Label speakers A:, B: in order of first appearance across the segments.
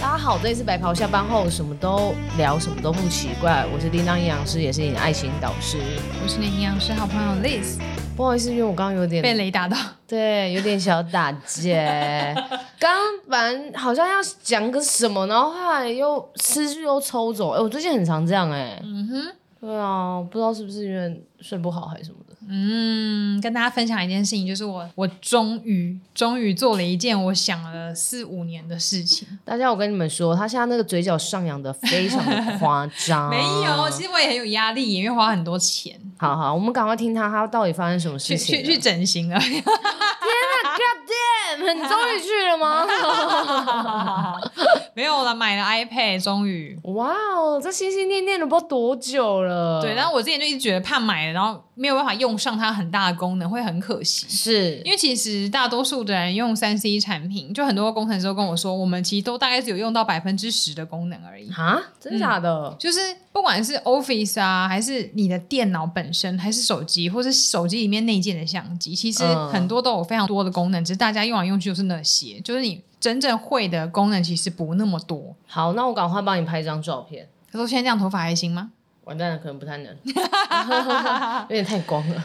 A: 大家好，这里是白袍下班后，什么都聊，什么都不奇怪。我是叮当营养师，也是你的爱情导师。
B: 我是你的营养师好朋友嗯 Liz，
A: 不好意思，因为我刚刚有
B: 被
A: 点
B: 雷打到，
A: 对，有点小打 结。刚刚本来好像要讲个什么，然后后来又思绪又抽走。哎、我最近很常这样哎、
B: 嗯哼，
A: 对啊，不知道是不是因为睡不好还是什么的。
B: 嗯，跟大家分享一件事情，就是我我终于终于做了一件我想了四五年的事情，
A: 大家，我跟你们说，他现在那个嘴角上扬的非常的夸张。
B: 没有，其实我也很有压力，因为花很多钱
A: 好好，我们赶快听他，他到底发生什么
B: 去
A: 事情
B: 去
A: 了？
B: 去整形了，
A: God damn！你终于去了 吗？
B: 没有了，买了 iPad，终于。
A: 哇哦，这心心念念了不知道多久了。
B: 对，然后我之前就一直觉得怕买了，然后没有办法用上它很大的功能，会很可惜。
A: 是
B: 因为其实大多数的人用三 C 产品，就很多工程师都跟我说，我们其实都大概只有用到百分之十的功能而已。
A: 啊，真假的？
B: 就是不管是 Office 啊，还是你的电脑本身，还是手机，或是手机里面内建的相机，其实
A: 嗯
B: 很多都有非常多的功能，只是大家用来用去就是那些，就是你真正会的功能其实不那么多。
A: 好，那我赶快帮你拍一张照片。
B: 可是我现在这样头发还行吗？
A: 完蛋了，可能不太能， 有点太光了。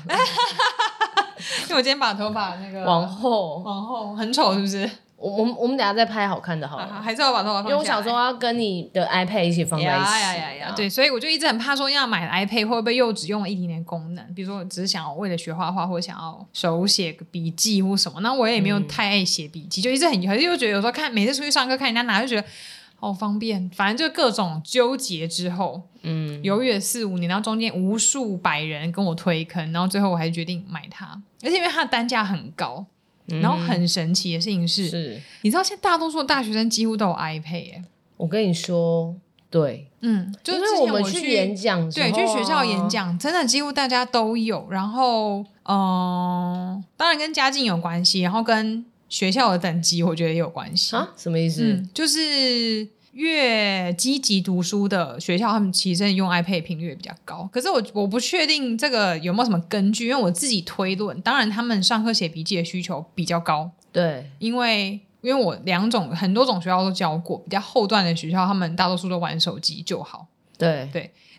B: 因为我今天把头发那个
A: 往后，
B: 往后很丑，是不是？
A: 我我们我们等一下再拍好看的好了，
B: 还是要把头发放
A: 因
B: 下来
A: 为我想说要跟你的 iPad 一起放在一起。
B: 呀呀呀呀！对，所以我就一直很怕说要买 iPad 会不会又只用了一点点功能，比如说我只是想要为了学画画或者想要手写个笔记或什么，那我也没有
A: 嗯
B: 太爱写笔记，就一直很还是又觉得有时候看每次出去上课看人家拿就觉得。好方便，反正就各种纠结之后，
A: 嗯，
B: 犹豫了四五年，然后中间无数百人跟我推坑，然后最后我还是决定买它，而且因为它的单价很高，
A: 嗯
B: 然后很神奇的事情是，
A: 是。
B: 你知道现在大多数的大学生几乎都有 iPad，、欸、
A: 我跟你说，对，
B: 嗯，就
A: 因
B: 是
A: 为
B: 之前
A: 们
B: 去
A: 去演讲的时候啊，
B: 对，去学校演讲，真的几乎大家都有。然后，嗯、当然跟家境有关系，然后跟学校的等级，我觉得也有关系。
A: 啊，什么意思？
B: 嗯，就是越积极读书的学校，他们其实真的用 iPad 频率也比较高。可是我我不确定这个有没有什么根据，因为我自己推论，当然他们上课写笔记的需求比较高，
A: 对，
B: 因为。因为我两种很多种学校都教过，比较后段的学校，他们大多数都玩手机就好。
A: 对，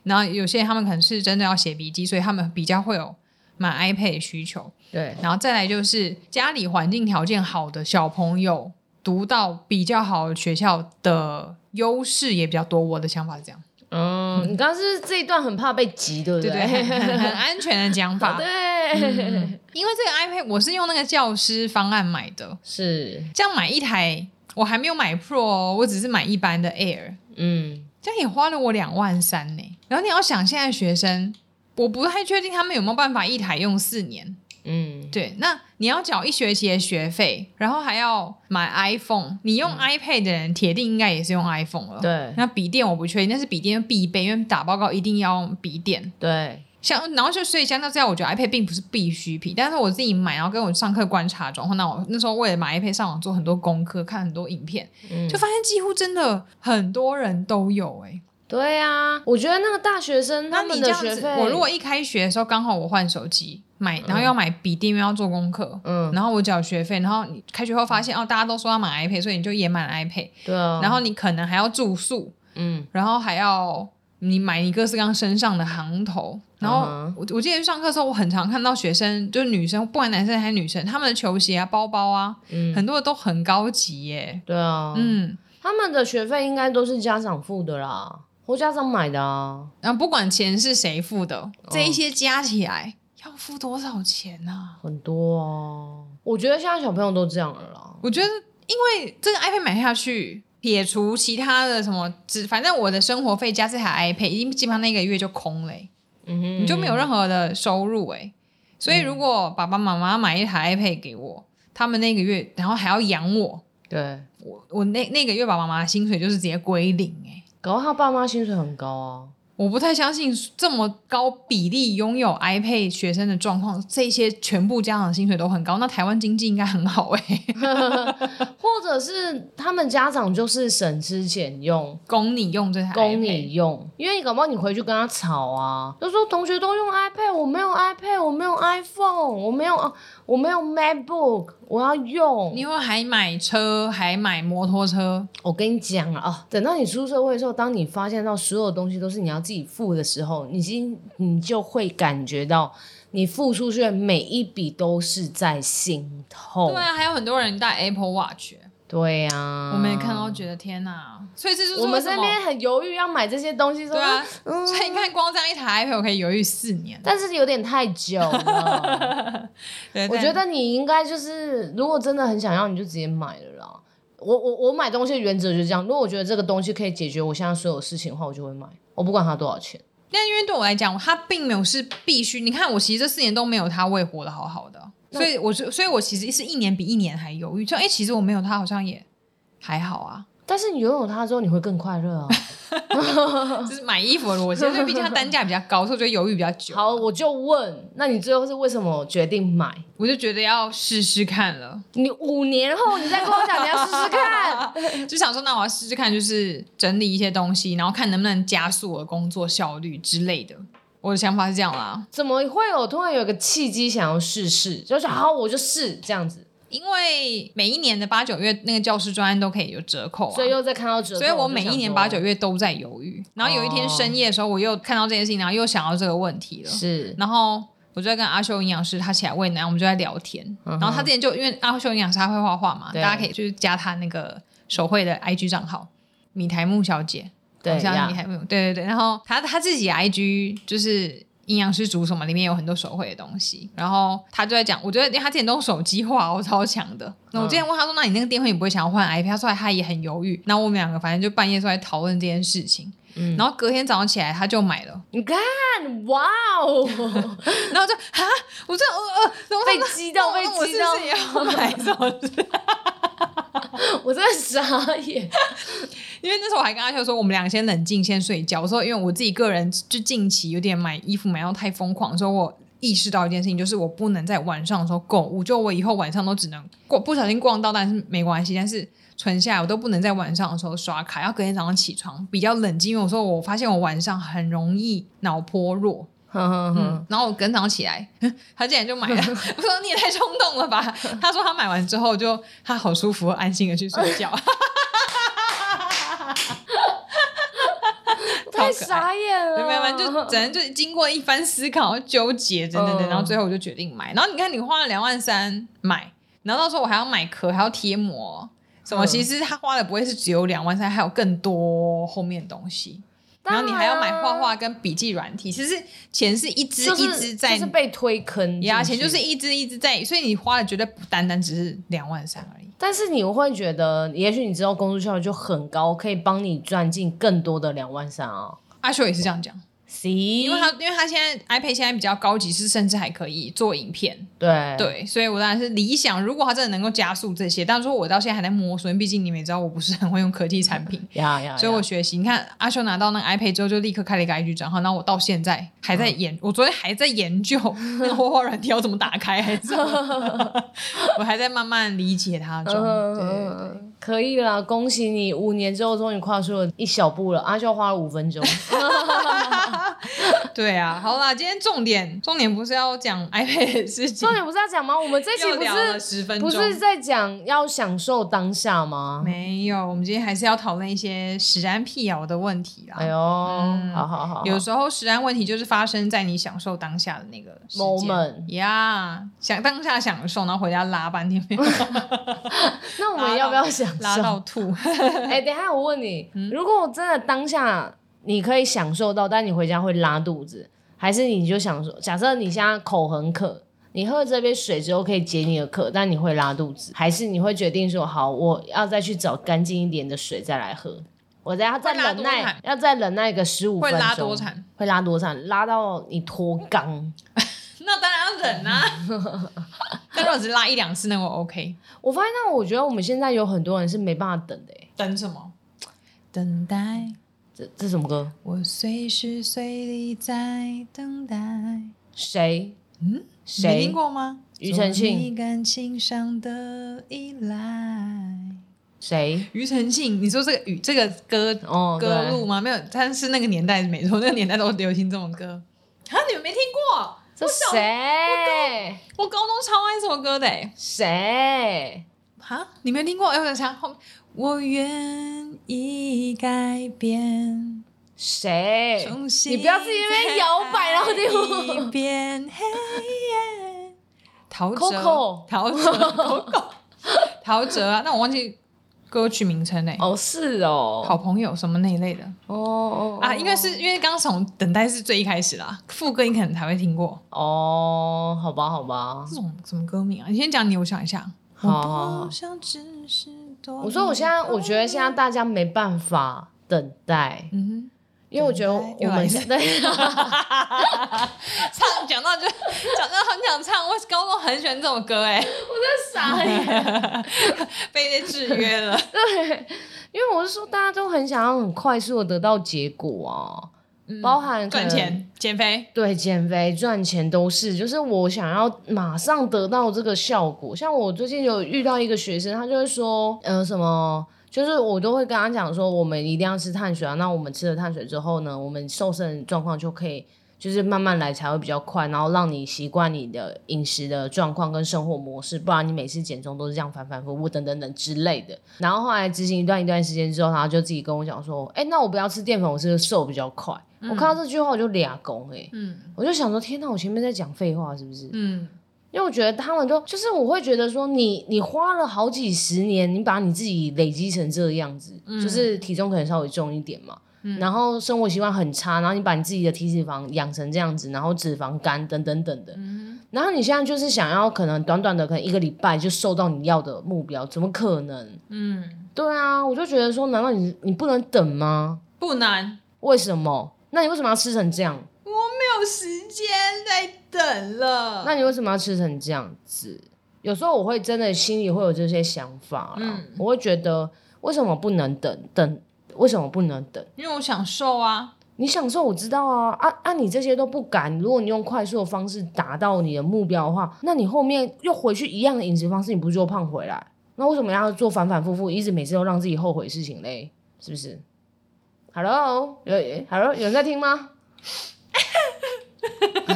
B: 然后有些人他们可能是真的要写笔记，所以他们比较会有买 iPad 的需求。
A: 对，
B: 然后再来就是家里环境条件好的小朋友读到比较好的学校的优势也比较多。我的想法是这样，
A: 嗯，你刚刚是不是这一段很怕被急，对不
B: 对对，很很嗯很安全 的讲法。
A: 对，
B: 因为这个 iPad 我是用那个教师方案买的，
A: 是，
B: 这样买一台我还没有买 Pro，、哦、我只是买一般的 Air。
A: 嗯，
B: 这样也花了我两万三呢。然后你要想，现在学生，我不太确定他们有没有办法一台用四年。
A: 嗯，
B: 对，那你要缴一学期的学费，然后还要买 iPhone。你用 iPad 的人，铁定应该也是用 iPhone 了。，
A: 嗯对，
B: 那笔电我不确定，但是笔电必备，因为打报告一定要用笔电。
A: 对，
B: 像，然后就所以相较之下，我觉得 iPad 并不是必需品，但是我自己买，然后跟我上课观察状况，那我那时候为了买 iPad 上网做很多功课，看很多影片，
A: 嗯
B: 就发现几乎真的很多人都有哎、欸
A: 对啊，我觉得那个大学生
B: 那
A: 他
B: 你
A: 们
B: 这
A: 的
B: 样
A: 学
B: 子
A: 费，，
B: 我如果一开学的时候刚好我换手机买，然后要买笔电，又要做功课，
A: 嗯，
B: 然后我缴学费，然后你开学后发现哦，大家都说要买 iPad，所以你就也买了 iPad，、
A: 对啊，
B: 然后你可能还要住宿，
A: 嗯，
B: 然后还要你买你各式各样身上的行头，然后
A: 嗯哼
B: 我我记得上课的时候，我很常看到学生，就是女生，不管男生还是女生，他们的球鞋啊、包包啊，
A: 嗯，
B: 很多都很高级耶，
A: 对啊，
B: 嗯。
A: 他们的学费应该都是家长付的啦，或家长买的啊，
B: 然后不管钱是谁付的，
A: 嗯
B: 这一些加起来要付多少钱啊？
A: 很多啊，我觉得现在小朋友都这样了啦，
B: 我觉得，因为这个 iPad 买下去，撇除其他的什么，只反正我的生活费加这台 iPad，已经基本上那个月就空了欸、
A: 嗯哼，
B: 你就没有任何的收入哎、所以如果爸爸妈妈买一台 iPad 给我，他们那个月，然后还要养我，
A: 对，
B: 我我那那个月爸爸妈妈的薪水就是直接归零哎、
A: 搞到他爸妈薪水很高啊，
B: 我不太相信这么高比例拥有 iPad 学生的状况，这些全部家长的薪水都很高，那台湾经济应该很好哎、
A: 或者是他们家长就是省吃俭用，
B: 供你用这台 iPad，
A: 供你用，因为你搞不好你回去跟他吵啊，就说同学都用 iPad，我没有 iPad，我没有 iPhone，我没有，啊我没有 MacBook，我要用。
B: 你会还买车，还买摩托车，
A: 我跟你讲啊，哦，等到你出社会的时候，当你发现到所有东西都是你要自己付的时候，你已经你就会感觉到你付出去的每一笔都是在心痛。
B: 对啊，还有很多人戴 Apple Watch，
A: 对呀、啊，
B: 我们也看到觉得天哪，所以这就是
A: 我
B: 为
A: 们
B: 什
A: 身
B: 么
A: 边很犹豫要买这些东西，说
B: 对啊，
A: 嗯，
B: 所以你看光这样一台 Apple 可以犹豫四年，
A: 但是有点太久 了。
B: 对
A: 我
B: 但
A: 觉得你应该就是，如果真的很想要，你就直接买了啦。我我我买东西的原则就是这样，如果我觉得这个东西可以解决我现在所有事情的话，我就会买，我不管它多少钱。
B: 但因为对我来讲，它并没有是必须。你看，我其实这四年都没有他，我也活得好好的，
A: 那
B: 所以我就，所以我其实是一年比一年还犹豫，就哎、诶其实我没有他好像也还好啊，
A: 但是你拥有它之后，你会更快乐啊！哦
B: 就是买衣服的逻辑，因为毕竟它单价比较高，所以我觉得犹豫比较 久。
A: 好，，我就问，那你最后是为什么决定买？
B: 我就觉得要试试看了，
A: 你五年后你再跟我讲你要试试 看，
B: 就想说那我要试试看，就是整理一些东西，然后看能不能加速我的工作效率之类的。我的想法是这样啦，
A: 怎么会有突然有一个契机想要试试，就是好我就试这样子，
B: 因为每一年的八九月那个教师专案都可以有折扣啊，
A: 所以又再看到折扣，
B: 所以我
A: 就
B: 每一
A: 想
B: 年
A: 说哦
B: 八九月都在犹豫。然后有一天深夜的时候，我又看到这件事情，然后又想到这个问题了。
A: 是
B: 然后我就在跟阿修营养师，他起来喂奶，我们就在聊天。
A: 嗯哼
B: 然后他之前就因为阿修营养师他会画画嘛，
A: 对
B: 大家可以就是加他那个手绘的 IG 账号米台木小姐，
A: 对
B: 好像米
A: 呀，
B: 台木，对对对。然后他他自己的 IG 就是。营养师组什么里面有很多手绘的东西，然后他就在讲，我觉得因为他之前都用手机画，我超强的。那我之
A: 嗯
B: 前问他说，那你那个电绘你不会想要换 iPad？他说他也很犹豫。然后我们两个反正就半夜出来讨论这件事情，
A: 嗯
B: 然后隔天早上起来他就买了，
A: 你看，哇哦，
B: 然后就啊，我这呃呃，怎么
A: 被激到被
B: 我
A: 激
B: 是
A: 到
B: 不是也要买什么之类的？
A: 我真的傻眼。
B: 因为那时候我还跟阿秀说，我们俩先冷静，先睡觉。我说，因为我自己个人就近期有点买衣服买到太疯狂，所以我意识到一件事情，就是我不能在晚上的时候购物，就我以后晚上都只能逛，不小心逛到，但是没关系，但是。存下来，我都不能在晚上的时候刷卡，要隔天早上起床比较冷静。因为我说我发现我晚上很容易脑波弱，
A: 哼哼哼，
B: 嗯，然后我跟早上起来， 他竟然就买了。 我说你也太冲动了吧？他说他买完之后就他好舒服，安心的去睡觉。
A: 太
B: 超可爱
A: 傻眼了。
B: 对，没有，反正就反正就经过一番思考、纠结等等等，
A: 嗯
B: 然后最后我就决定买。然后你看，你花了两万三买，然后到时候我还要买壳，还要贴膜。什么？
A: 嗯
B: 其实他花的不会是只有两万三，还有更多后面东西。
A: 当
B: 然
A: 然啊
B: 后你还要买画画跟笔记软体，其实钱是一支
A: 就
B: 一
A: 是
B: 支在
A: 就是被推坑，
B: 压钱，就是。一支一支在，所以你花的绝对不单单只是两万三而已。
A: 但是你会觉得，也许你之后工作效率就很高，可以帮你赚进更多的两万三啊。
B: 阿秀也是这样讲，
A: C，
B: 因为他
A: 嗯
B: 因为他现在 iPad 现在比较高级，是甚至还可以做影片，
A: 对
B: 对，所以我当然是理想，如果它真的能够加速这些，但是说我到现在还在摸索，因为毕竟你们也知道我不是很会用科技 产品，
A: 呀哎呀，
B: 所以我学习。你看阿修拿到那个 iPad 之后，就立刻开了一个 IG 账号，然后我到现在还
A: 嗯
B: 在研，我昨天还在 研究那个画画软体要怎么打开，还是什 么我还在慢慢理解它中。对对对
A: 嗯，可以啦，恭喜你，五年之后终于跨出了一小步了。阿秀花了五分 钟，
B: 对啊，好啦，今天重点重点不是要讲 iPad 的事情
A: 重，点不是要讲吗？我们这期
B: 又
A: 不
B: 聊了
A: 是
B: 十分
A: 不
B: 钟，
A: 是在讲要享受当下吗？
B: 没有，我们今天还是要讨论一些食安辟谣的问题啦。
A: 哎呦，
B: 嗯
A: 好好好，
B: 有时候食安问题就是发生在你享受当下的那个时间
A: Moment
B: 呀想当下享受，然后回家拉半天， 没有
A: 那我们要不要享受？
B: 拉到嗯吐。
A: 哎、等一下我问你，如果我真的当下你可以享受到，但你回家会拉肚子，还是你就想说，假设你现在口很渴，你喝了这杯水之后可以解你的渴，但你会拉肚子，还是你会决定说，好，我要再去找干净一点的水再来喝，我再要再
B: 会拉
A: 忍
B: 多
A: 耐
B: 惨，
A: 要再忍耐个十五
B: 会
A: 分钟，
B: 拉多惨？
A: 会拉多惨？拉到你脱肛。
B: 那当然要忍啊。 但如果只拉一两次，那我 OK。
A: 我发现到，我觉得我们现在有很多人是没办法等的、欸，
B: 等什么？等待，
A: 这这什么歌？
B: 我随时随地在等待。
A: 谁？
B: 嗯，你没
A: 谁
B: 听？过吗？
A: 庾澄庆
B: 做你感情上的依赖。
A: 谁？
B: 庾澄庆，你说这个语这个歌
A: 哦，
B: 歌
A: 对
B: 路吗？没有，但是那个年代没错，那个年代都流行这种歌。啊，你们没听过？
A: 这这谁？
B: 我高中超爱这首歌的、欸，
A: 谁？
B: 哈，你没听过？哎、我想后面，我愿意改变，
A: 谁？
B: 重新
A: 你不要自己在那边摇摆然后
B: 再
A: 就
B: 爱一遍，嘿耶，陶喆
A: Coco
B: 陶喆，Coco，陶喆啊，但我忘记歌曲名称嘞、
A: 哦，是哦，
B: 好朋友什么那一类的
A: 哦哦
B: 啊，应该是因为刚从等待是最一开始啦，副歌你可能才会听过
A: 哦，好吧，好吧
B: 这。种什么歌名啊？你先讲你，我想一下。
A: 好好
B: 我
A: 好
B: 不想只是多
A: 我说我现在，我觉得现在大家没办法等待，
B: 嗯
A: 因为我觉得
B: 等待
A: 我
B: 又来
A: 们
B: 一次
A: 对啊
B: 哼，唱讲到就 讲到很想唱，我高中很喜欢这首歌哎，
A: 傻眼，
B: 被制约了。
A: 因为我是说大家都很想要很快速的得到结果啊，包含可
B: 嗯赚
A: 能
B: 钱、减肥，
A: 对，减肥赚钱都是，就是我想要马上得到这个效果。像我最近有遇到一个学生，他就会说，呃，什么，就是我都会跟他讲说，我们一定要吃碳水啊。那我们吃了碳水之后呢，我们瘦身的状况就可以，就是慢慢来才会比较快，然后让你习惯你的饮食的状况跟生活模式，不然你每次减重都是这样反反复复等等等之类的。然后后来执行一段一段时间之后，然后就自己跟我讲说，哎，那我不要吃淀粉，我是不是瘦比较快。我看到这句话我就俩拱哎、
B: 嗯
A: 我就想说，天哪，我前面在讲废话是不是？
B: 嗯，
A: 因为我觉得他们都就是我会觉得说你，你花了好几十年，你把你自己累积成这个样子，就是体重可能稍微重一点嘛，然后生活习惯很差，然后你把你自己的体脂肪养成这样子，然后脂肪肝等等等的，
B: 嗯
A: 然后你现在就是想要可能短短的可能一个礼拜就瘦到你要的目标，怎么可能？
B: 嗯，
A: 对啊，我就觉得说，难道你你不能等吗？
B: 不难，
A: 为什么？那你为什么要吃成这样？
B: 没有时间在等了。
A: 那你为什么要吃成这样子？有时候我会真的心里会有这些想法啦，
B: 嗯
A: 我会觉得为什么不能等等？为什么不能等？
B: 因为我想瘦啊，
A: 你享受我知道啊，啊啊！你这些都不敢，如果你用快速的方式达到你的目标的话，那你后面又回去一样的饮食方式，你不是又胖回来？那为什么要做反反复复，一直每次都让自己后悔的事情嘞？是不是？Hello，有 Hello，有人在听吗？
B: 会不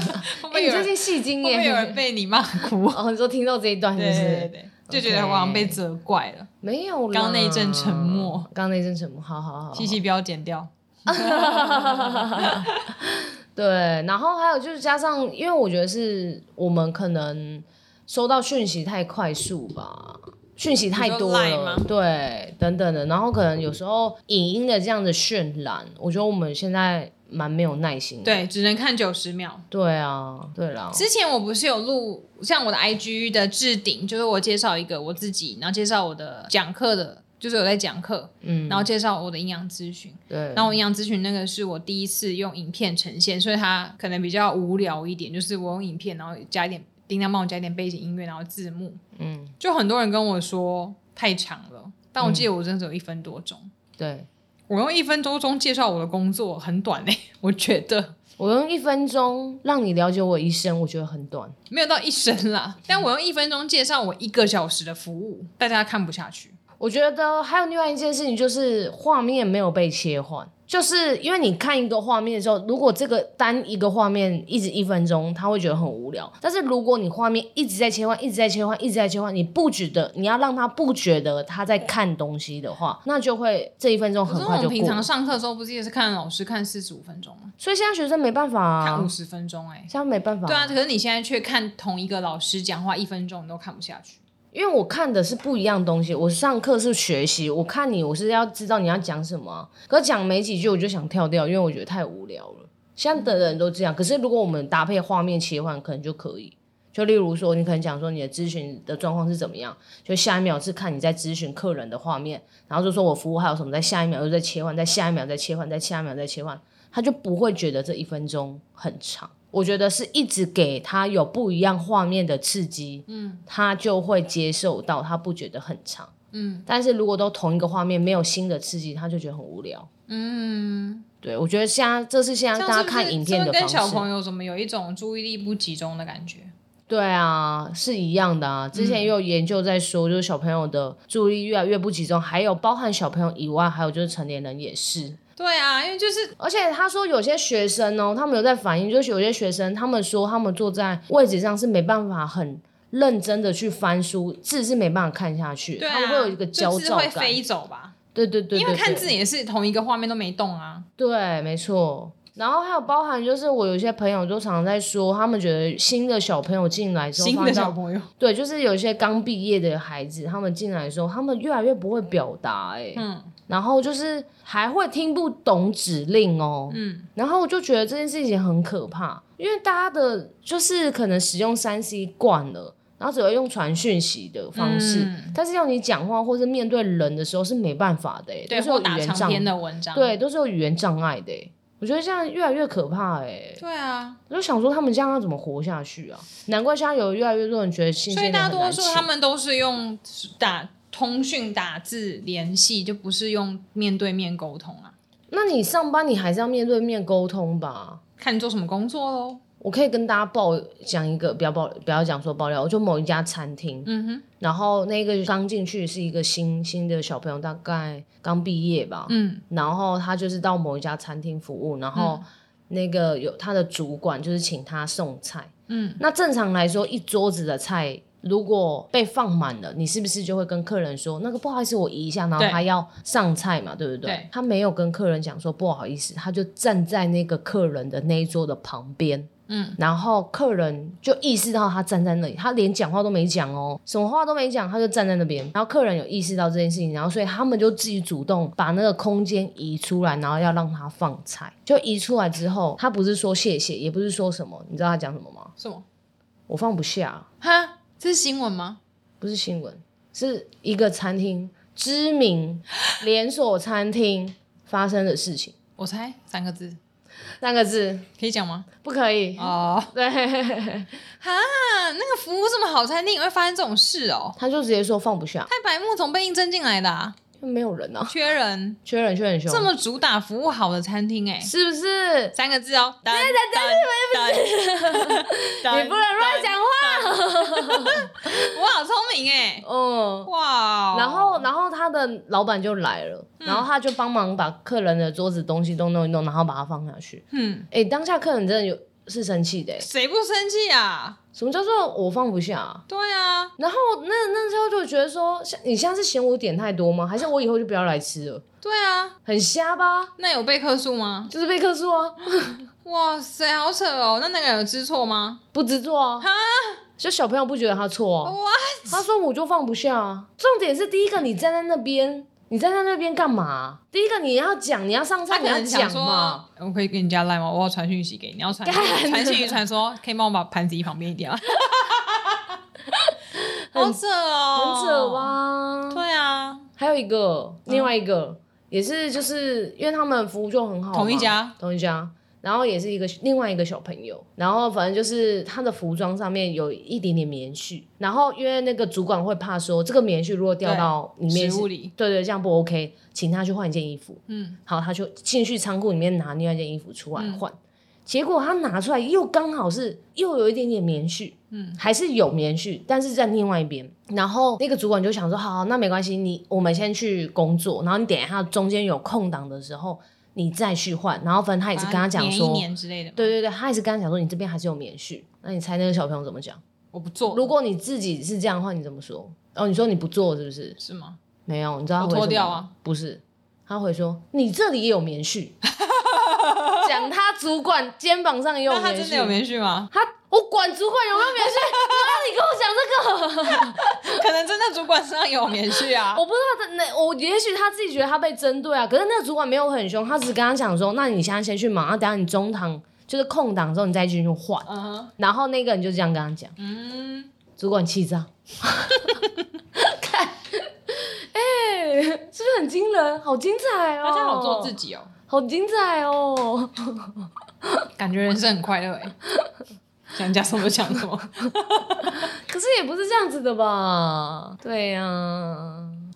A: 哎、
B: 会
A: 你
B: 有
A: 最
B: 人？
A: 近戏精
B: 会
A: 耶！
B: 不会有人被你骂哭？
A: 哦，你说听到这一段是不
B: 对
A: 是？
B: 对对，就觉得我好像被责怪了。
A: 没有啦，
B: 刚刚那一阵沉默，
A: 刚刚那一阵沉默，好好好好，
B: 七七不要剪掉。
A: 对，然后还有就是加上，因为我觉得是我们可能收到讯息太快速吧，讯息太多
B: 你说 Line
A: 了
B: 吗，
A: 对，等等的，然后可能有时候影音的这样的渲染，我觉得我们现在蛮没有耐心的。
B: 对，只能看九十秒。
A: 对啊，对啦，
B: 之前我不是有录，像我的 IG 的置顶，就是我介绍一个我自己，然后介绍我的讲课的，就是有在讲课，
A: 嗯，
B: 然后介绍我的营养咨询。
A: 对，
B: 然后我营养咨询那个是我第一次用影片呈现，所以它可能比较无聊一点，就是我用影片，然后加一点叮当帮我加一点背景音乐，然后字幕。
A: 嗯，
B: 就很多人跟我说太长了，但我记得我真的只有一分多钟。
A: 对
B: 我用一分多钟介绍我的工作很短嘞、 我觉得
A: 我用一分钟让你了解我一生，我觉得很短。
B: 没有到一生啦。但我用一分钟介绍我一个小时的服务，大家看不下去。
A: 我觉得还有另外一件事情，就是画面没有被切换，就是因为你看一个画面的时候，如果这个单一个画面一直一分钟，他会觉得很无聊。但是如果你画面一直在切换，一直在切换，一直在切换，你不觉得你要让他不觉得他在看东西的话，那就会这一分钟
B: 可
A: 很
B: 是我
A: 快
B: 们
A: 就
B: 平
A: 过
B: 常
A: 了。
B: 上课的时候，不是也是看老师看四十五分钟吗？
A: 所以现在学生没办法、
B: 看
A: 啊
B: 五，十分钟哎、
A: 现在没办法、
B: 对啊，可是你现在却看同一个老师讲话一分钟，你都看不下去。
A: 因为我看的是不一样东西，我上课是学习，我看你我是要知道你要讲什么啊、可讲没几句我就想跳掉，因为我觉得太无聊了。现在的人都这样，可是如果我们搭配画面切换，可能就可以。就例如说，你可能讲说你的咨询的状况是怎么样，就下一秒是看你在咨询客人的画面，然后就说我服务还有什么，在下一秒又在切换，在下一秒再切换，在下一秒再切换，他就不会觉得这一分钟很长。我觉得是一直给他有不一样画面的刺激，嗯，他就会接受到，他不觉得很长，嗯。但是如果都同一个画面，没有新的刺激，他就觉得很无聊。
B: 嗯，
A: 对，我觉得现在这是现在
B: 这样
A: 大家
B: 是不是
A: 看影片
B: 是
A: 的
B: 不
A: 方
B: 是跟
A: 式，
B: 小朋友怎么有一种注意力不集中的感觉？
A: 对啊，是一样的啊。之前也有研究在说，就是小朋友的注意力越来越不集中，还有包含小朋友以外，还有就是成年人也是。
B: 对啊，因为就是
A: 而且他说有些学生哦，他们有在反映，就是有些学生他们说他们坐在位置上是没办法很认真的去翻书，字是没办法看下去，
B: 对啊，
A: 他们会有一个焦
B: 就是
A: 躁
B: 会
A: 感。
B: 飞走吧？
A: 对对对对，
B: 因为看
A: 对
B: 字也是同一个画面都没动啊。
A: 对，没错。然后还有包含，就是我有一些朋友就常常在说，他们觉得新的小朋友进来之后，
B: 新
A: 发
B: 的
A: 现
B: 小
A: 到
B: 朋友，
A: 对，就是有一些刚毕业的孩子，他们进来的时候，他们越来越不会表达、欸，
B: 嗯
A: 然后就是还会听不懂指令哦、
B: 嗯，
A: 然后我就觉得这件事情很可怕，因为大家的就是可能使用三 C 惯了，然后只会用传讯息的方式，
B: 嗯
A: 但是要你讲话或是面对人的时候是没办法的、欸，
B: 对，
A: 都是有
B: 或
A: 语
B: 打
A: 言
B: 长
A: 障碍
B: 篇。的文章，
A: 对，都是有语言障碍的欸、我觉得这样越来越可怕哎、
B: 对啊，
A: 我就想说他们这样要怎么活下去啊？难怪现在有越来越多人觉得信息
B: 所以
A: 量
B: 大
A: 很
B: 多
A: 难
B: 数
A: 请
B: 他们都是用打通讯、打字联系，就不是用面对面沟通啊。
A: 那你上班你还是要面对面沟通吧？
B: 看你做什么工作喽。
A: 我可以跟大家爆讲一个，不要爆，不要讲说爆料，我就某一家餐厅，
B: 嗯哼，
A: 然后那个刚进去是一个新新的小朋友，大概刚毕业吧，
B: 嗯
A: 然后他就是到某一家餐厅服务，然后那个有他的主管就是请他送菜，
B: 嗯，
A: 那正常来说，一桌子的菜如果被放满了，你是不是就会跟客人说那个不好意思，我移一下，然后
B: 对
A: 他要上菜嘛，对不对？
B: 对
A: 他没有跟客人讲说不好意思，他就站在那个客人的那一桌的旁边。
B: 嗯，
A: 然后客人就意识到他站在那里，他连讲话都没讲哦，什么话都没讲，他就站在那边。然后客人有意识到这件事情，然后所以他们就自己主动把那个空间移出来，然后要让他放菜。就移出来之后，他不是说谢谢，也不是说什么，你知道他讲什么吗？
B: 什么？
A: 我放不下，
B: 哈，这是新闻吗？
A: 不是新闻，是一个餐厅知名连锁餐厅发生的事情。
B: 我猜三个字，
A: 三个字，
B: 可以讲吗？
A: 不可以。
B: 哦，
A: 对，
B: 哈，那个服务这么好，餐厅也会发生这种事哦。
A: 他就直接说放不下，
B: 太白目从被应征进来的、啊，
A: 就没有人啊，
B: 缺人，
A: 缺人缺人凶，
B: 这么主打服务好的餐厅、哎，
A: 是不是？
B: 三个字哦。对对对，
A: 你不能乱讲话。
B: 我好聪明哎、
A: 嗯。
B: 哇哦！
A: 然后，然后他的老板就来了，
B: 嗯
A: 然后他就帮忙把客人的桌子东西都弄一弄，然后把它放下去。
B: 嗯，
A: 哎，当下客人真的有是生气的欸，
B: 谁不生气啊？
A: 什么叫做我放不下啊、
B: 对啊，
A: 然后那那时候就觉得说，像你现在是嫌我点太多吗？还是我以后就不要来吃了？
B: 对啊，
A: 很瞎吧？
B: 那有被客诉吗？
A: 就是被克诉啊，
B: 哇塞，好扯哦！那那个有知错吗？
A: 不知错啊
B: 哈。哦
A: 就小朋友不觉得他错啊，
B: 哇，
A: 他说我就放不下啊。重点是第一个，你站在那边，你站在那边干嘛、第一个你要讲，你要上菜，
B: 他可
A: 你要
B: 能想
A: 讲嘛。
B: 说，我可以给你加赖吗？我要传讯息给你，要传
A: 干
B: 传讯息传说，可以帮我把盘子移旁边 一点啊。好扯哦，
A: 很扯？吧？
B: 对啊，
A: 还有一个，
B: 嗯
A: 另外一个、也是，就是因为他们服务就很好嘛，
B: 同一家
A: 同一家，然后也是一个另外一个小朋友，然后反正就是他的服装上面有一点点棉絮，然后因为那个主管会怕说这个棉絮如果掉到里面
B: 食
A: 是
B: 物里，
A: 对对，这样不 OK，请他去换一件衣服。
B: 嗯，
A: 好，他就进去仓库里面拿另外一件衣服出来换，结果他拿出来又刚好是又有一点点棉絮，
B: 嗯，
A: 还是有棉絮，但是在另外一边。然后那个主管就想说，好那没关系，你我们先去工作，然后你等一下中间有空档的时候你再去换。然后反正他也是跟他讲
B: 粘
A: 说
B: 一，年之类的。
A: 对，对对，他也是跟他讲说你这边还是有棉絮。那你猜那个小朋友怎么讲？
B: 我不做，
A: 如果你自己是这样的话，你怎么说？哦，你说你不做是不是？
B: 是吗？
A: 没有，你知道他回
B: 我脱
A: 什么
B: 掉
A: 吗
B: 啊？
A: 不是，他回说你这里也有棉 絮，讲他主管肩膀上也有
B: 那
A: 棉絮。
B: 他真的有棉絮吗？
A: 他我管主管有没有棉絮，那你跟我讲这个，
B: 可能真的主管身上有棉絮啊。
A: 我不知道他那我也许他自己觉得他被针对啊，可是那个主管没有很凶，他只跟他讲说，那你现在先去忙，啊、等下你中堂就是空档之后你再进去换。
B: 嗯哼
A: 然后那个人就这样跟他讲，
B: 嗯，
A: 主管气 炸，看，哎、是不是很惊人？好精彩哦！
B: 大家好做自己哦，
A: 好精彩哦！
B: 感觉人生很快乐哎，想讲什么讲什么。
A: 可是也不是这样子的吧？对呀、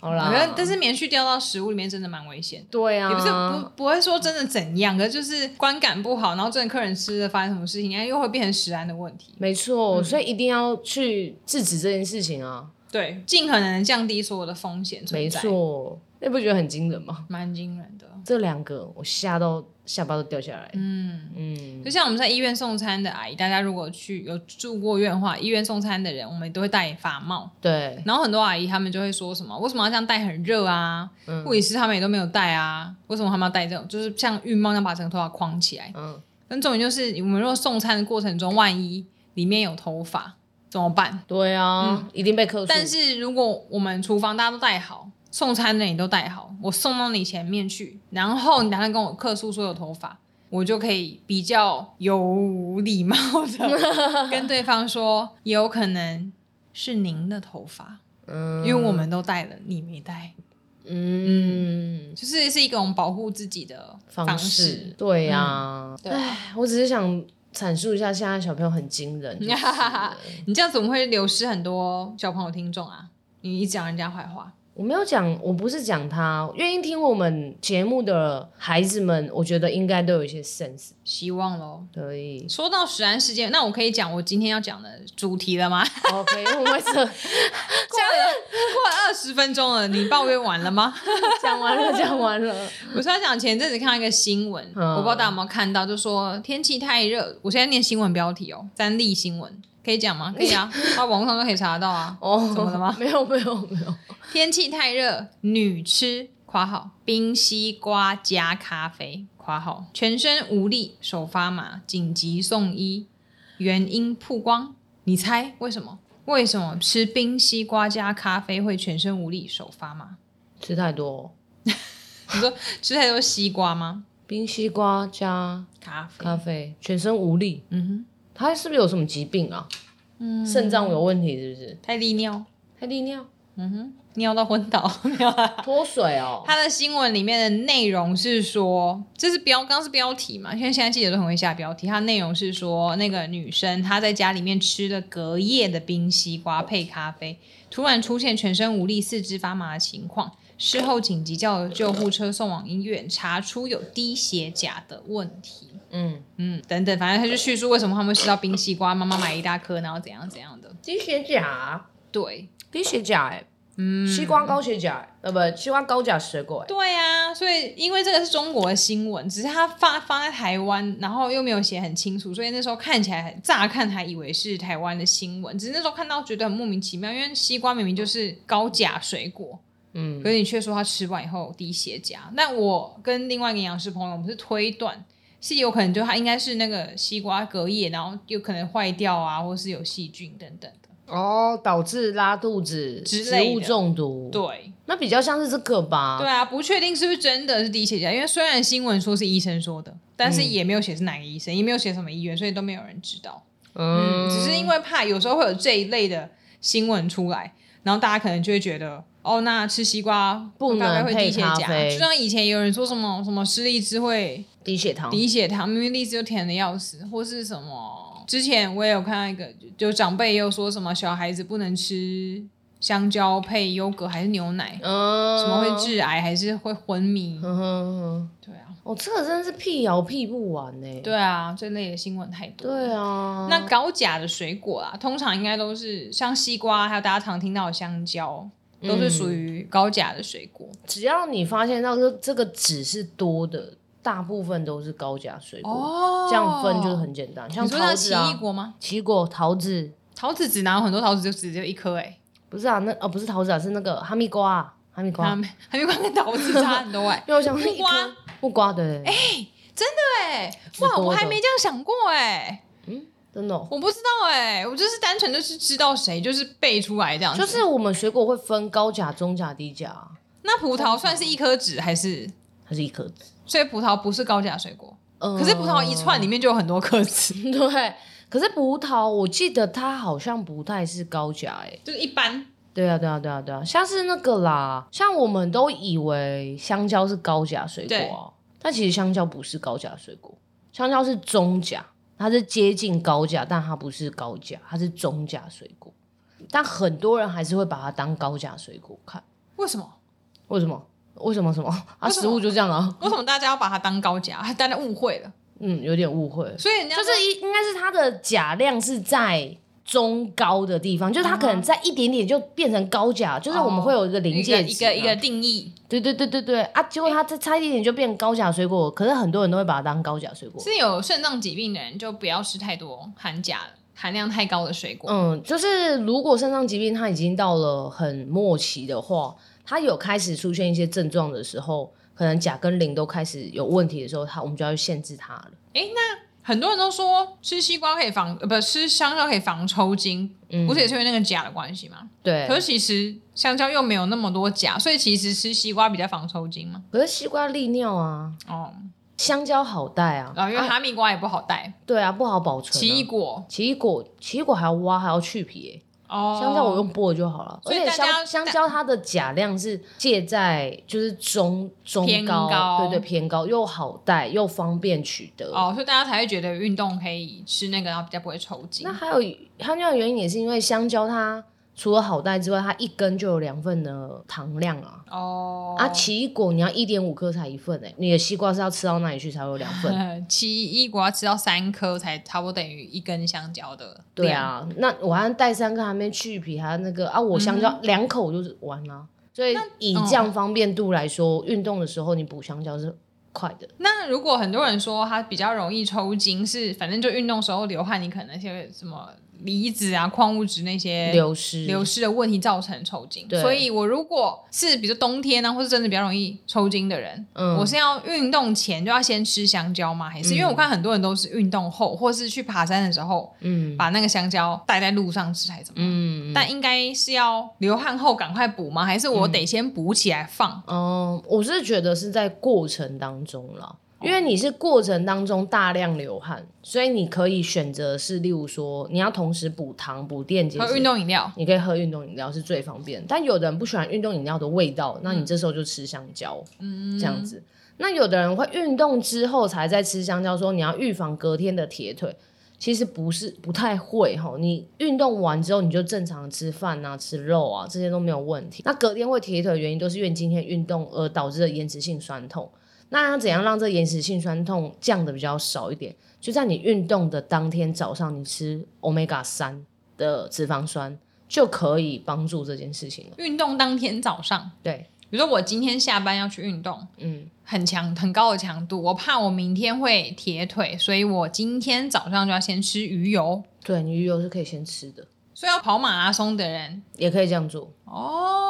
A: 好啦啊
B: 我觉，得，但是棉絮掉到食物里面真的蛮危险的。
A: 对呀、
B: 也不是不不会说真的怎样，可是就是观感不好，然后真的客人吃了发生什么事哎情，然后又会变成食安的问题。
A: 没错，所以一定要去制止这件事情啊！
B: 对，尽可能降低所有的风险存
A: 没
B: 在，
A: 错，那不觉得很惊人吗？
B: 蛮惊人的。
A: 这两个我吓到下巴都掉下来。
B: 嗯，
A: 嗯，
B: 就像我们在医院送餐的阿姨，大家如果去有住过院的话，医院送餐的人，我们都会戴法帽。
A: 对，
B: 然后很多阿姨她们就会说什么，为什么要这样戴？很热啊！
A: 嗯
B: 护理师他们也都没有戴啊，为什么他们要戴这种？就是像浴帽那样把整个头发框起来。
A: 嗯，
B: 但重点就是，我们如果送餐的过程中，万一里面有头发怎么办？
A: 对啊，一定被克数。
B: 嗯但是如果我们厨房大家都戴好，送餐的你都戴好，我送到你前面去，然后你打算跟我客诉说有头发，我就可以比较有礼貌 的跟对方说，也有可能是您的头发，
A: 嗯，
B: 因为我们都戴了，你没戴，
A: 嗯
B: 就是是一种保护自己的
A: 方式，对呀，
B: 对啊
A: 唉，我只是想阐述一下，现在小朋友很惊人。 就是了
B: 你这样怎么会流失很多小朋友听众啊？你一讲人家坏话，
A: 我没有讲，我不是讲他，愿意听我们节目的孩子们，我觉得应该都有一些 sense，
B: 希望喽。
A: 所以
B: 说到食安事件，那我可以讲我今天要讲的主题 了吗？
A: OK，我们这
B: 过了二十分钟了，你抱怨完了吗？
A: 讲完了，讲完了，
B: 我是要讲前阵子看到一个新闻，
A: 嗯
B: 我不知道大家有没有看到，就说天气太热。我现在念新闻标题哦，三立新闻可以讲吗？可 以啊，啊，网络上都可以查得到啊。
A: 哦，
B: 怎么了吗？
A: 没有，没有，没有，
B: 天气太热，女吃（括号冰西瓜加咖啡）（括号全身无力，手发麻，紧急送医，原因曝光）。你猜为什么？为什么吃冰西瓜加咖啡会全身无力、手发麻？
A: 吃太多，
B: 你说吃太多西瓜吗？
A: 冰西瓜加
B: 咖啡？
A: 咖啡，全身无力。
B: 嗯
A: 他是不是有什么疾病啊？
B: 哼，嗯，
A: 肾脏有问题是不是？
B: 太利尿，
A: 太利尿、
B: 嗯哼，尿到昏倒。 没有啊
A: 脱水哦。
B: 他的新闻里面的内容是说，这是标刚是标题嘛？因为现在记者都很会下标题。它内容是说，那个女生她在家里面吃了隔夜的冰西瓜配咖啡，突然出现全身无力、四肢发麻的情况。事后紧急叫救护车送往医院，查出有低血钾的问题。
A: 嗯，
B: 嗯，等等，反正他就叙述为什么他们会吃到冰西瓜，妈妈买一大颗，然后怎样怎样的。
A: 低血钾，
B: 对，
A: 低血钾哎、
B: 嗯，
A: 西瓜高血钾、欸，呃不，西瓜高钾水果哎、
B: 对啊，所以因为这个是中国的新闻，只是它发发在台湾，然后又没有写很清楚，所以那时候看起来很乍看还以为是台湾的新闻，只是那时候看到觉得很莫名其妙，因为西瓜明明就是高钾水果，
A: 嗯
B: 可是你却说它吃完以后低血钾。但我跟另外一个营养师朋友，我们是推断是有可能就它应该是那个西瓜隔夜，然后有可能坏掉啊，或是有细菌等等的。
A: 哦，导致拉肚子、
B: 之
A: 食
B: 类的
A: 物中毒，
B: 对，
A: 那比较像是这个吧？
B: 对啊，不确定是不是真的是低血钾，因为虽然新闻说是医生说的，但是也没有写是哪个医生，也没有写什么医院，所以都没有人知道。
A: 嗯，
B: 嗯，只是因为怕有时候会有这一类的新闻出来，然后大家可能就会觉得，哦，那吃西瓜
A: 不能
B: 大概会低血
A: 配咖
B: 钾。
A: 啡
B: 就像以前有人说什么什么吃荔枝会
A: 低血糖，
B: 低血糖，明明荔枝就甜的要死，或是什么。之前我也有看到一个，就就长辈也有说什么小孩子不能吃香蕉配优格还是牛奶，
A: 嗯，
B: 什么会致癌还是会昏迷？
A: 嗯哼哼
B: 对啊，
A: 哦，这个真的是辟谣辟不完呢、
B: 对啊，这类的新闻太多。
A: 对啊，
B: 那高钾的水果啊，通常应该都是像西瓜，还有大家常听到的香蕉，
A: 嗯
B: 都是属于高钾的水果。
A: 只要你发现到这这个脂是多的，大部分都是高钾水果，
B: 哦
A: 这样分就是很简单，像
B: 你说
A: 桃
B: 像
A: 子
B: 奇
A: 啊
B: 异，果吗？
A: 奇异果、桃子，
B: 桃子只拿有很多桃子就只有一颗哎、
A: 不是啊，那哦不是桃子啊，是那个哈密瓜、啊，哈密瓜，
B: 欸，还没光 跟桃子差很多 哎、
A: 因为我想说
B: 木瓜
A: 一颗，木瓜对，哎、
B: 对，哇，我还没这样想过哎、
A: 真的哦、
B: 我不知道哎、我就是单纯就是知道谁就是背出来这样子。
A: 就是我们水果会分高钾、中钾、低钾啊，
B: 那葡萄算是一颗籽还是？
A: 它是一颗籽，
B: 所以葡萄不是高钾水果，
A: 嗯
B: 可是葡萄一串里面就有很多颗籽，
A: 对。可是葡萄，我记得它好像不太是高钾哎、
B: 就是一般
A: 对啊，对啊，对啊，对啊，像是那个啦，像我们都以为香蕉是高钾水果、哦，但其实香蕉不是高钾水果，香蕉是中钾，它是接近高钾，但它不是高钾，它是中钾水果。但很多人还是会把它当高钾水果看，
B: 为什么？
A: 为什么？为什么什么？啊，
B: 为什么
A: 食物就这样啊，
B: 为什么大家要把它当高钾？大家误会了，
A: 嗯，有点误会，
B: 所以人家
A: 就是一应该是它的钾量是在中高的地方，就是它可
B: 哦
A: 能在一点点就变成高甲，就是我们会有一个临
B: 一
A: 界
B: 个
A: 值
B: 哦一个一
A: 嘛
B: 个定义，
A: 对对对对对啊！结果它再差一点点就变高钾水果，可是很多人都会把它当高钾水果。
B: 是有肾脏疾病的人就不要吃太多含钾含量太高的水果。
A: 嗯，就是如果肾脏疾病它已经到了很末期的话，它有开始出现一些症状的时候，可能钾跟磷都开始有问题的时候，它我们就要去限制它了。
B: 很多人都说吃西瓜可以防，呃，不吃香蕉可以防抽筋，
A: 嗯
B: 不是也是因为那个钾的关系吗？
A: 对，
B: 可是其实香蕉又没有那么多钾，所以其实吃西瓜比较防抽筋嘛。
A: 可是西瓜利尿啊，
B: 哦，
A: 香蕉好带啊，
B: 然后因为
A: 啊
B: 哈密瓜也不好带，
A: 对啊，不好保存、啊。
B: 奇异果
A: 奇异果，奇异果还要挖，还要去皮欸、
B: 哦，
A: 香蕉我用剥的就好了，而
B: 所以
A: 且
B: 大家
A: 香香蕉它的钾量是介在就是中中
B: 偏
A: 高，
B: 高
A: 对对偏高，又好带又方便取得。
B: 哦，所以大家才会觉得运动可以吃那个，然后比较不会抽筋
A: 那。还有它尿的原因也是因为香蕉它除了好带之外，它一根就有两份的糖量啊。
B: 哦，
A: 啊，奇异果你要一点五颗才一份哎、你的西瓜是要吃到哪里去才会有两份？
B: 呃奇异果要吃到三颗才差不多等于一根香蕉的。
A: 对，啊，那我还带三颗还没去皮，还有那个啊，我香蕉
B: 嗯
A: 两、口就是完了、所以以这样方便度来说，运、动的时候你补香蕉是快的。
B: 那如果很多人说它比较容易抽筋，是反正就运动时候流汗，你可能那些什么离子啊、矿物质那些
A: 流失，
B: 流失的问题造成抽筋。
A: 对
B: 所以我如果是比如说冬天啊，或是真的比较容易抽筋的人，
A: 嗯
B: 我是要运动前就要先吃香蕉吗？还是、因为我看很多人都是运动后，或是去爬山的时候，
A: 嗯
B: 把那个香蕉带在路上吃还是怎么样？
A: 嗯，
B: 但应该是要流汗后赶快补吗？还是我得先补起来放？
A: 嗯，我是觉得是在过程当中了。
B: 哦
A: 因为你是过程当中大量流汗，所以你可以选择是，例如说你要同时补糖、补电解
B: 喝
A: 质，
B: 运动饮料？
A: 你可以喝运动饮料是最方便。但有的人不喜欢运动饮料的味道，那你这时候就吃香蕉，嗯，这样子。那有的人会运动之后才在吃香蕉，说你要预防隔天的铁腿，其实不是不太会哈。你运动完之后你就正常吃饭啊、吃肉啊，这些都没有问题。那隔天会铁腿的原因都是因为你今天运动而导致的延迟性酸痛。那要怎样让这延迟性酸痛降的比较少一点？就在你运动的当天早上，你吃 omega 三的脂肪酸就可以帮助这件事情了。
B: 运动当天早上，
A: 对，
B: 比如说我今天下班要去运动，
A: 嗯，
B: 很强很高的强度，我怕我明天会铁腿，所以我今天早上就要先吃鱼油。
A: 对你鱼油是可以先吃的，
B: 所以要跑马拉松的人
A: 也可以这样做，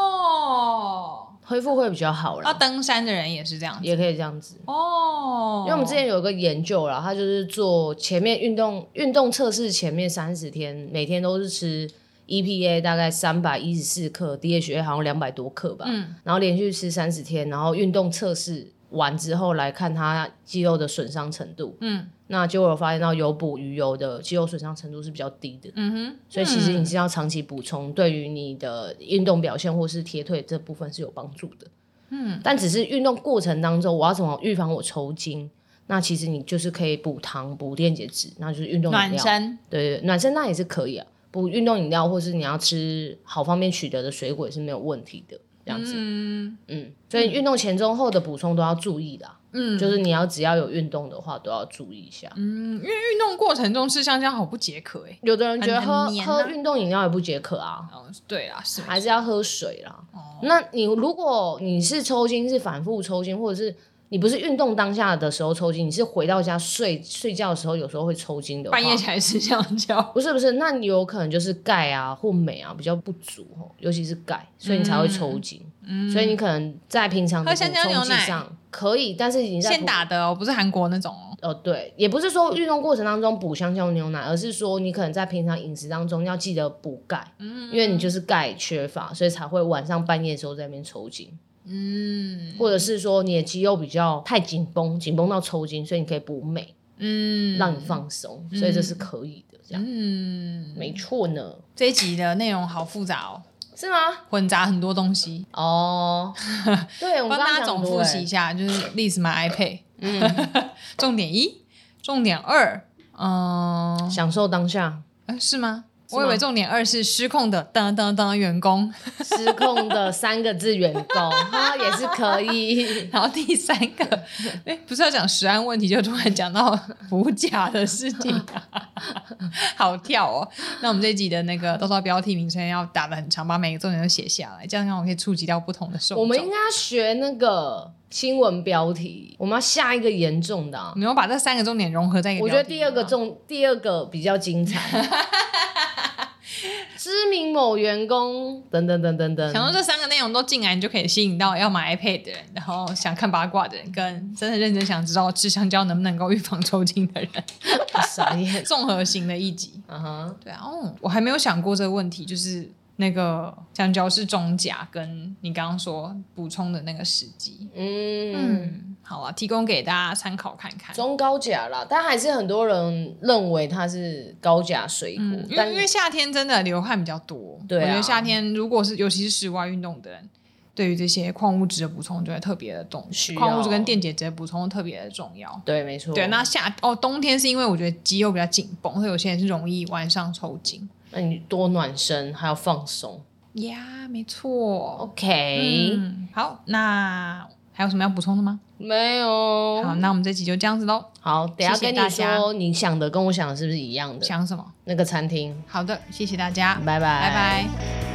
B: 哦，
A: 恢复会比较好
B: 要
A: 啦，
B: 登山的人也是这样子
A: 也可以这样子。
B: 哦。
A: 因为我们之前有一个研究啦，他就是做前面运动运动测试前面三十天，每天都是吃 EPA 大概三百一十四克，DHA 好像两百多克吧，
B: 嗯
A: 然后连续吃三十天，然后运动测试完之后来看他肌肉的损伤程度，
B: 嗯
A: 那结果有发现到有补鱼油的肌肉损伤程度是比较低的，
B: 嗯哼，
A: 所以其实你是要长期补充，对于你的运动表现或是铁腿这部分是有帮助的。嗯，但只是运动过程当中，我要怎么预防我抽筋？那其实你就是可以补糖、补电解质，那就是运动饮
B: 暖
A: 料。
B: 身
A: 对对，暖身那也是可以啊，补运动饮料或是你要吃好方便取得的水果也是没有问题的。这样子，
B: 嗯
A: 嗯，所以运动前、中、后的补充都要注意啦。
B: 嗯，
A: 就是你要只要有运动的话，都要注意一下。
B: 嗯，因为运动过程中吃香蕉好不解渴哎、欸。
A: 有的人觉得
B: 很
A: 喝
B: 很黏啊
A: 喝运动饮料也不解渴啊，
B: 哦，对啦，是
A: 还是要喝水啦。
B: 哦
A: 那你如果你是抽筋，是反复抽筋，或者是你不是运动当下的时候抽筋，你是回到家睡睡觉的时候，有时候会抽筋的话
B: 半夜起来吃香蕉。
A: 不是不是，那你有可能就是钙啊或镁啊比较不足哦，尤其是钙，所以你才会抽筋。所以你可能在平常的
B: 嗯喝
A: 补
B: 香蕉
A: 充
B: 牛
A: 剂
B: 奶
A: 上可以，但是你在
B: 现
A: 补
B: 打的哦，不是韩国那种哦。
A: 哦，对，也不是说运动过程当中补香蕉牛奶，而是说你可能在平常饮食当中要记得补钙，
B: 嗯
A: 因为你就是钙缺乏，所以才会晚上半夜的时候在那边抽筋，
B: 嗯
A: 或者是说你的肌肉比较太紧绷，紧绷到抽筋，所以你可以补镁，
B: 嗯，
A: 让你放松，所以这是可以的，这样、
B: 嗯，
A: 没错呢，
B: 这一集的内容好复杂哦，
A: 是吗？
B: 混杂很多东西。
A: 哦，对，我们
B: 帮
A: 刚
B: 大
A: 刚讲
B: 家总
A: 很多
B: 复习一
A: 欸，
B: 下，就是 list my iPad。重点一，重点二，嗯、
A: 享受当下，
B: 呃是吗？
A: 是
B: 我以
A: 吗
B: 为重点二是失控的噔噔噔员工，
A: 失控的三个字员工，哈也是可以。
B: 然后第三个，哎、不是要讲食安问题，就突然讲到补假的事情、 好跳哦。那我们这一集的那个豆豆标题名称要打的很长，把每个重点都写下来，这样让我可以触及到不同的受众。
A: 我们应该要学那个新闻标题，我们要下一个严重的啊。
B: 你要把这三个重点融合在一个
A: 我
B: 标
A: 觉
B: 题吗。
A: 得第二个重，第二个比较精彩。 知名某员工，等等等等等，
B: 想说这三个内容都进来，你就可以吸引到要买 iPad 的人，然后想看八卦的人，跟真的认真想知道吃香蕉能不能够预防抽筋的人，
A: 傻 眼。
B: 综合型的一集。
A: 啊哈，
B: 对啊，哦，我还没有想过这个问题，就是那个香蕉是中甲，跟你刚刚说补充的那个时机。
A: 嗯，
B: 嗯，好啊，提供给大家参考看看。
A: 中高钾啦，但还是很多人认为它是高钾水果，
B: 嗯，因
A: 但
B: 为因为夏天真的流汗比较多，
A: 对啊
B: 我觉得夏天如果是尤其是室外运动的人，对于这些矿物质的补充就会特别的重
A: 需
B: 视，
A: 要
B: 矿物质跟电解质的补充特别的重要。
A: 对，没错。
B: 对，那夏哦，冬天是因为我觉得肌肉比较紧绷，所以有些人是容易晚上抽筋。
A: 那你多暖身，还要放松。
B: 呀、没错。
A: OK，、
B: 嗯，好，那还有什么要补充的吗？
A: 没有。
B: 好，那我们这集就这样子喽。
A: 好，等一下
B: 谢谢
A: 跟你
B: 大家
A: 说，你想的跟我想的是不是一样的？
B: 想什么？
A: 那个餐厅，
B: 好的，谢谢大家，
A: 拜拜，
B: 拜拜